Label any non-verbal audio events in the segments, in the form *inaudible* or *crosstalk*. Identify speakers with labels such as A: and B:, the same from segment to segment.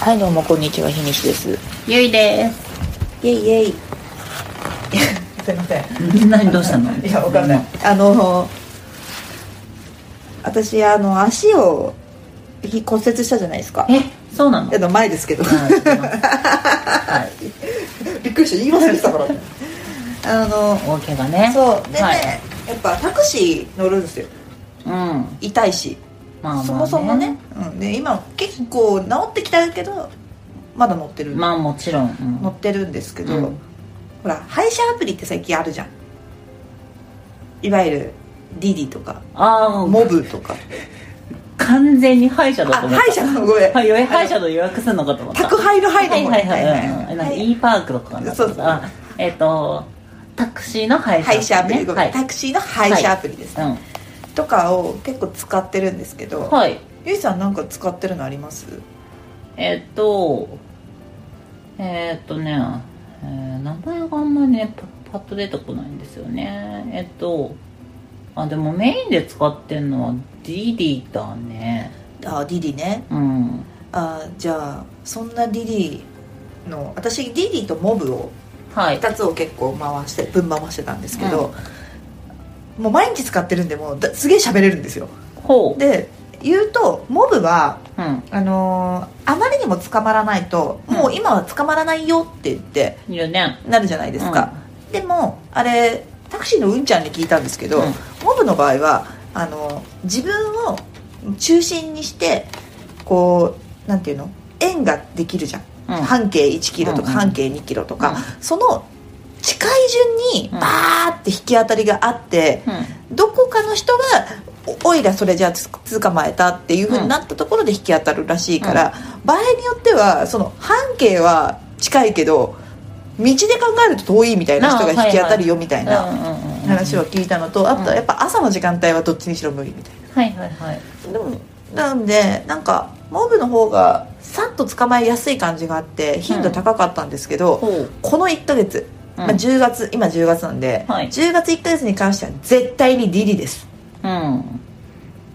A: はい、どうも、こんにちは、ひにしです。
B: ゆいです。
A: イェイイェイ。 *laughs* すいません。
B: 何どうしたの？
A: いや、わかんない。あの、私、あの、足を、ひ骨折したじゃないですか。
B: え、そうなの？
A: あの、前ですけど。
B: はい。
A: *laughs* びっくりした、言い忘れてたから。 *laughs* あの、
B: 大怪我ね。
A: そう。でね、
B: はい。
A: やっぱタクシー乗るんですよ。
B: うん。まあ
A: 痛いし。
B: まあ
A: そもそもね。。うん、で、今、結構治ってきたけど、まだ乗ってる。
B: まあもちろん。うん
A: 乗ってるんですけど、
B: うん
A: ほら配車アプリって最近あるじゃんいわゆるディディとか
B: ああ、も
A: モ
B: う
A: ブとか
B: 完全に歯医者だと
A: あ
B: 思った。
A: 歯医者のごめん
B: はい、予約歯医者の予約するのかと思った。
A: 宅配の配の
B: はい
A: 方
B: はいはいは
A: は
B: いうん。え
A: い
B: なんか
A: はい
B: e パークとかかな
A: そうそう
B: あえっとタクシーの歯医者
A: 配車アプリ、ごめん
B: はい。
A: タクシーの配車アプリです、ね
B: う
A: とかを結構使ってるんですけど、
B: ん。はい。
A: ゆいさんなんか使ってるのあります
B: えっとえっとね、えー名前があんまりねパパッと出てこないんですよねえっとあでもメインで使ってんのはディディだね
A: あディディね
B: うん
A: あじゃあそんなディディの私ディディとモブを
B: はい
A: 2つを結構回してぶん回してたんですけど、もう毎日使ってるんでもうだすげえ喋れるんですよ
B: ほう
A: で言うとモブは
B: うん
A: あのーあまりにも捕まらないと、
B: うん
A: もう今は捕まらないよって言って
B: いるね
A: なるじゃないですか、でもあれタクシーのうんちゃんに聞いたんですけど、
B: うん
A: モブの場合はあのー自分を中心にしてこうなんていうの円ができるじゃん、
B: うん
A: 半径1キロとか
B: うんうん
A: 半径2キロとか、
B: うん
A: その近い順に
B: うん
A: バーって引き当たりがあって、
B: う
A: どこかの人がおおいらそれじゃあつ捕まえたっていうふうになったところで引き当たるらしいから、場合によってはその半径は近いけど道で考えると遠いみたいな人が
B: ああ
A: 引き当たるよみたい
B: ん
A: な
B: うんうんうん
A: 話は聞いたのとあと
B: うん
A: やっぱ朝の時間帯はどっちにしろ無理みたい
B: はいはいはい
A: な。でもなんでなんかモブの方がさっと捕まえやすい感じがあって頻度高かったんですけど、
B: ほう、
A: この1ヶ月、
B: う
A: ま
B: ん
A: あ、10月今10月なんで、
B: はい
A: 10月1ヶ月に関しては絶対にリリです。
B: うん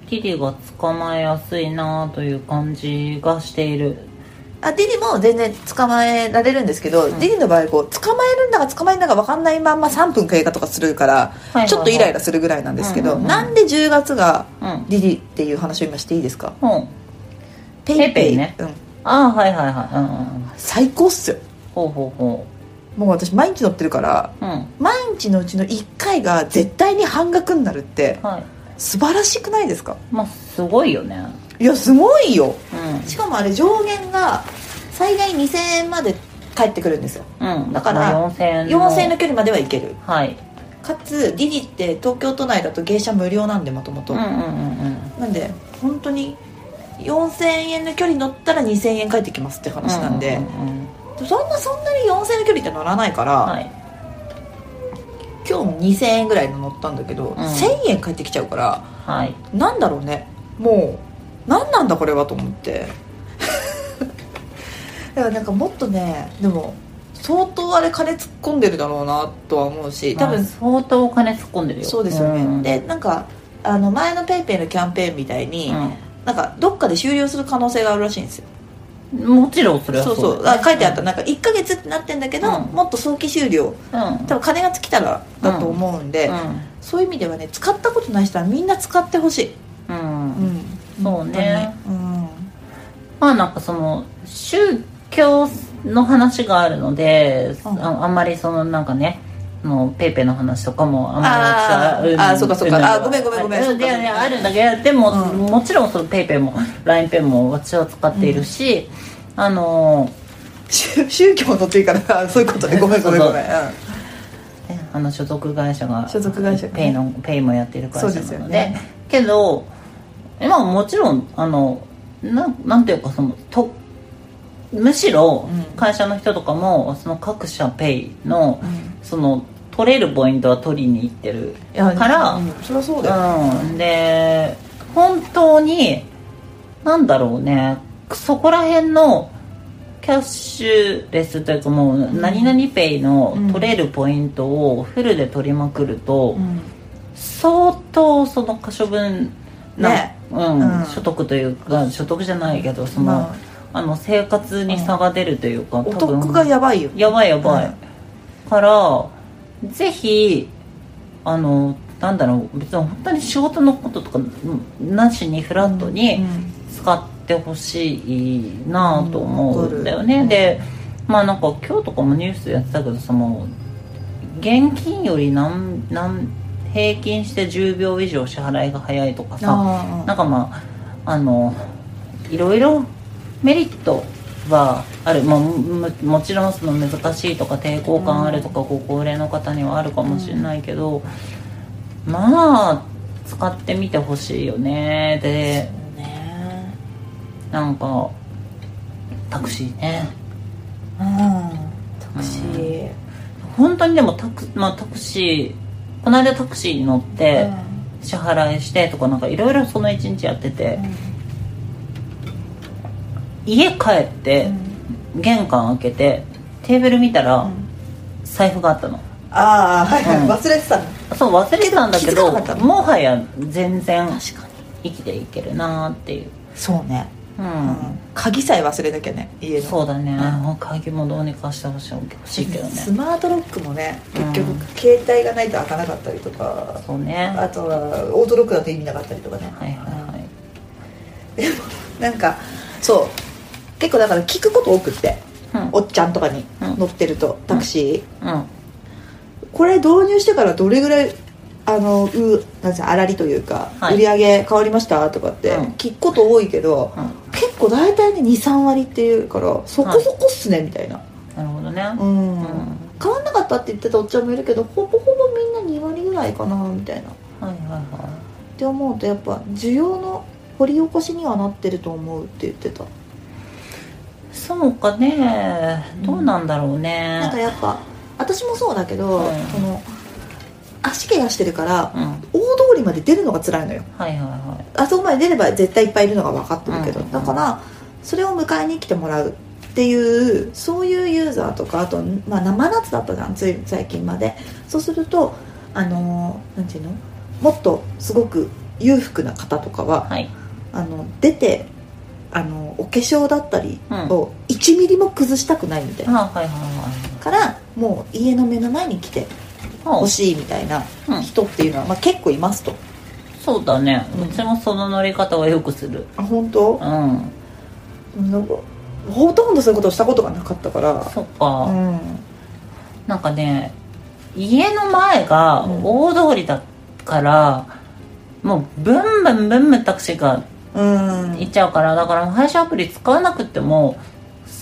B: ディディが捕まえやすいなという感じがしている
A: あディディも全然捕まえられるんですけど、
B: ん
A: ディディの場合こう捕まえるんだか捕まえるんだか分かんないまんま3分経過とかするから、
B: いはい
A: ちょっとイライラするぐらいなんですけど、
B: うんうんうん
A: なんで10月が
B: うん
A: ディディっていう話を今していいですか
B: ほう
A: ペイペイ
B: ペイペイね
A: うん、
B: ああはいはいはいうんうんうん
A: 最高っすよ
B: ほうほうほ
A: もう私毎日乗ってるから
B: ううん
A: 毎日のうちの1回が絶対に半額になるって
B: はい
A: 素晴らしくないですか
B: まあすごいよね
A: いやすごいよ
B: う
A: しかもあれ上限が最大2000円まで返ってくるんですよ
B: ん、うん、
A: だから
B: まあ4000円の
A: 4000円の距離まではいける
B: はい
A: かつディディって東京都内だと芸者無料なんでもとも
B: う
A: と
B: んうんうんうん
A: なんで本当に4000円の距離乗ったら2000円返ってきますって話なんで、
B: うううんうん
A: そんなそんなに4000円の距離って乗らないから、
B: はい
A: 今日も2000円ぐらいの乗ったんだけど、
B: ん
A: 1000円返ってきちゃうから
B: はい
A: なんだろうねもう何なんだこれはと思って *laughs* だからなんかもっとねでも相当あれ金突っ込んでるだろうなとは思うし多
B: まあ
A: 分
B: 相当お金突っ込んでるよ
A: そうですよね、
B: ん
A: でなんかあの前の PayPay ペイペイのキャンペーンみたいに、なんかどっかで終了する可能性があるらしいんですよ
B: うん、もちろんそれは
A: そうそう
B: だ
A: だ
B: よ
A: から書いてあったなんか1ヶ月ってなってんだけど、
B: うん
A: もっと早期終了
B: うん
A: 多分金が尽きたらだと思うんで、そういう意味ではね使ったことない人はみんな使ってほしい、
B: うん、う、
A: うんん、
B: そう
A: 本
B: ね
A: 当にうん
B: まあなんかその宗教の話があるので、
A: うん
B: ああんまりそのなんかねあのペイペイの話とかもあん
A: あ
B: まり
A: ーあーそうかそうか
B: ん
A: あーごめんごめんごめん
B: あ
A: そうか
B: でねあるんだけどでも、
A: うん
B: もちろんそのペイペイも LINEPay も私は使っているし、あの
A: 宗 *laughs* 宗教のっていいから *laughs* そういうことねごめんごめんごめん、うん
B: ねあの所属会社が
A: 所属会社
B: ペイのペイもやってる会社なので
A: そうですよね
B: けど今もちろんあのななんていうかそのとむしろ
A: うん
B: 会社の人とかも、その各社ペイの、
A: うん
B: その取れるポイントは取りに行ってる
A: いや
B: から
A: うん、そりゃそうだよ、
B: うん、で本当になんだろうねそこら辺のキャッシュレスというかもう何々ペイの
A: うん
B: 取れるポイントをフルで取りまくると、
A: うん
B: 相当その可処分な、
A: ね
B: うん
A: うん
B: 所得というか所得じゃないけどその、
A: ま
B: あの生活に差が出るというか、
A: お得がやばいよ
B: やばいやばい、からぜひあのなんだろう別に本当に仕事のこととかうんなしにフラットに使ってほしいなぁと思うんだよね、
A: うんうん
B: でまあなんか今日とかもニュースでやってたけどその現金より何何平均して10秒以上支払いが早いとかさ
A: あ
B: なんかまああのいろいろメリットはある、まあ、ももちろんその難しいとか抵抗感あるとかご高齢の方にはあるかもしれないけど、まあ使ってみてほしいよねで
A: ね
B: なんかタクシーね
A: うんタクシー
B: 本当にでもタク,、まあ、タクシーこの間タクシーに乗って支払いしてとかなんかいろいろその一日やってて家帰って、玄関開けてテーブル見たら、財布があったの
A: ああはい
B: うん
A: はい忘れてたの
B: そう忘れてたんだけ
A: けど気
B: ど
A: づかなかったの
B: もはや全然
A: 確かに
B: 生きていけるなーっていう
A: そうね
B: うん、
A: 鍵さえ忘れなきゃね家の
B: そうだね、
A: う
B: 鍵もどうにかしてほしい欲しいけどね
A: スマートロックもね結
B: うん
A: 局携帯がないと開かなかったりとか
B: そうね
A: あとはオートロックだと意味なかったりとかね
B: はいはいはい
A: なんかそう結構だから聞くこと多くって
B: うん
A: おっちゃんとかに
B: うん
A: 乗ってるとタクシ
B: うん
A: ーこれ導入してからどれぐらいあのうなんですか粗利というか、
B: はい
A: 売り上げ変わりましたとかって
B: うん
A: 聞くこと多いけど、
B: うん
A: 結構大体ね23割っていうからそこそこっすねみたいな、
B: なるほどね
A: うん
B: うん
A: 変わんなかったって言ってたおっちゃんもいるけどほぼほぼみんな2割ぐらいかなみたいなっ
B: はいはいは
A: て思うとやっぱ需要の掘り起こしにはなってると思うって言ってた
B: いそうかねどうなんだろうね
A: なんかやっぱ私もそうだけど、
B: うん
A: その足怪我してるから
B: うん
A: 大通りまで出るのが辛いのよ
B: はいはいは
A: あそこまで出れば絶対いっぱいいるのが分かってるけど、
B: うん
A: だからそれを迎えに来てもらうっていうそういうユーザーとかあと、まあ、生夏だったじゃんつい最近までそうするとあのーなんていうのもっとすごく裕福な方とかはい
B: はい
A: あの出てあのお化粧だったり
B: うん
A: を1ミリも崩したくないみたい
B: あ
A: な、
B: はいはいはい
A: からもう家の目の前に来て
B: あ
A: 欲しいみたいな
B: うん
A: 人っていうのは、まあ、結構いますと
B: そうだね
A: うん
B: うちもその乗り方はよくする
A: あ本当
B: う、ん
A: なんかほとんどそういうことをしたことがなかったから
B: そっか、
A: うん
B: なんかね家の前が
A: うん
B: 大通りだから、もうブンブンブンブンタクシーが
A: うん
B: 行っちゃうからだから配車アプリ使わなくても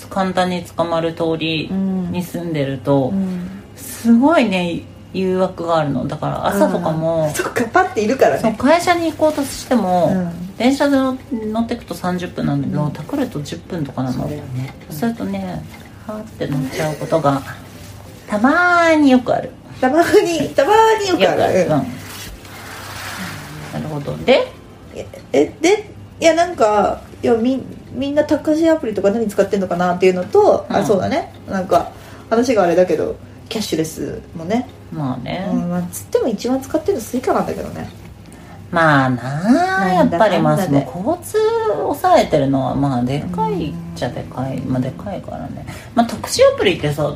B: 簡単に捕まる通り
A: うん
B: に住んでると
A: うん
B: すごいね誘惑があるのだから朝とか
A: うん
B: も、
A: そっかパッているから
B: そう
A: ね
B: 会社に行こうとしても、
A: うん
B: 電車で乗ってくと30分なんだけど、
A: うん
B: タクると10分とかな
A: そ
B: の
A: うだよね
B: するとねはーって乗っちゃうことがたまーによくある
A: たまにたまによくある、
B: うんなるほどで
A: えでいやなんかいやみみんなタクシーアプリとか何使ってんのかなっていうのと、
B: う
A: あ
B: ん
A: そうだねなんか話があれだけどキャッシュレスもね、
B: まあね、
A: うんまあ、つっても一番使ってるのスイカなんだけどね
B: まあなあや
A: なん
B: っ
A: だ
B: ぱりまあ
A: なん
B: そ
A: だ
B: の
A: で
B: 交通抑えてるのはまあでかいっちゃでかい、まあでかいからねまあタクシーアプリってさ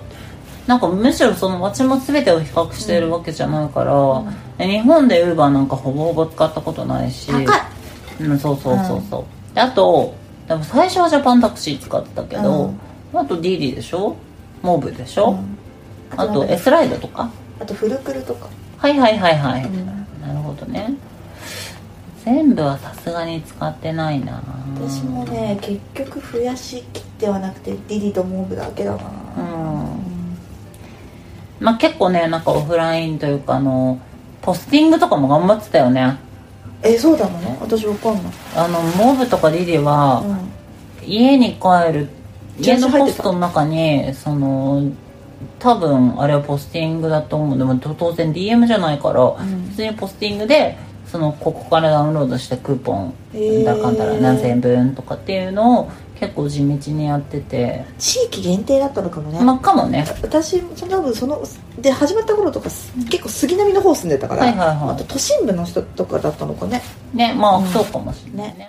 B: なんかむしろその私も全てを比較してるわけじゃないから、日本でウーバーなんかほぼほぼ使ったことないし
A: 高い
B: うん、そうそうそうそう、であとでも最初はジャパンタクシー使ってたけど、あとディーリーでしょモーブでしょ、
A: うん
B: あと
A: なんだ
B: S ライドとか
A: あとフルクルとか
B: はいはいはいはい、
A: うん
B: なるほどね全部はさすがに使ってないな
A: 私もね結局増やしきってはなくてディディとモーブだけだな
B: う
A: うんん
B: まあ結構ねなんかオフラインというかあのポスティングとかも頑張ってたよね
A: えそうなの私わかんない、
B: あのモブとかリリは、
A: うん
B: 家に帰る
A: チラ
B: 家
A: シ
B: の
A: 入っ
B: ポ
A: てた
B: ストの中にその多分あれはポスティングだと思うでもと当然 DM じゃないから、
A: ん
B: 普通にポスティングでそのここからダウンロードしてクーポン
A: えー
B: だかんだら何千円分とかっていうのを結構地道にやってて、
A: 地域限定だったのかもね、
B: まあかもね
A: 私その多分そので始まった頃とかす結構杉並の方住んでたから、
B: はいはいはい
A: あと都心部の人とかだったのかね
B: ねま
A: う
B: あ
A: ん
B: そうかもしれないね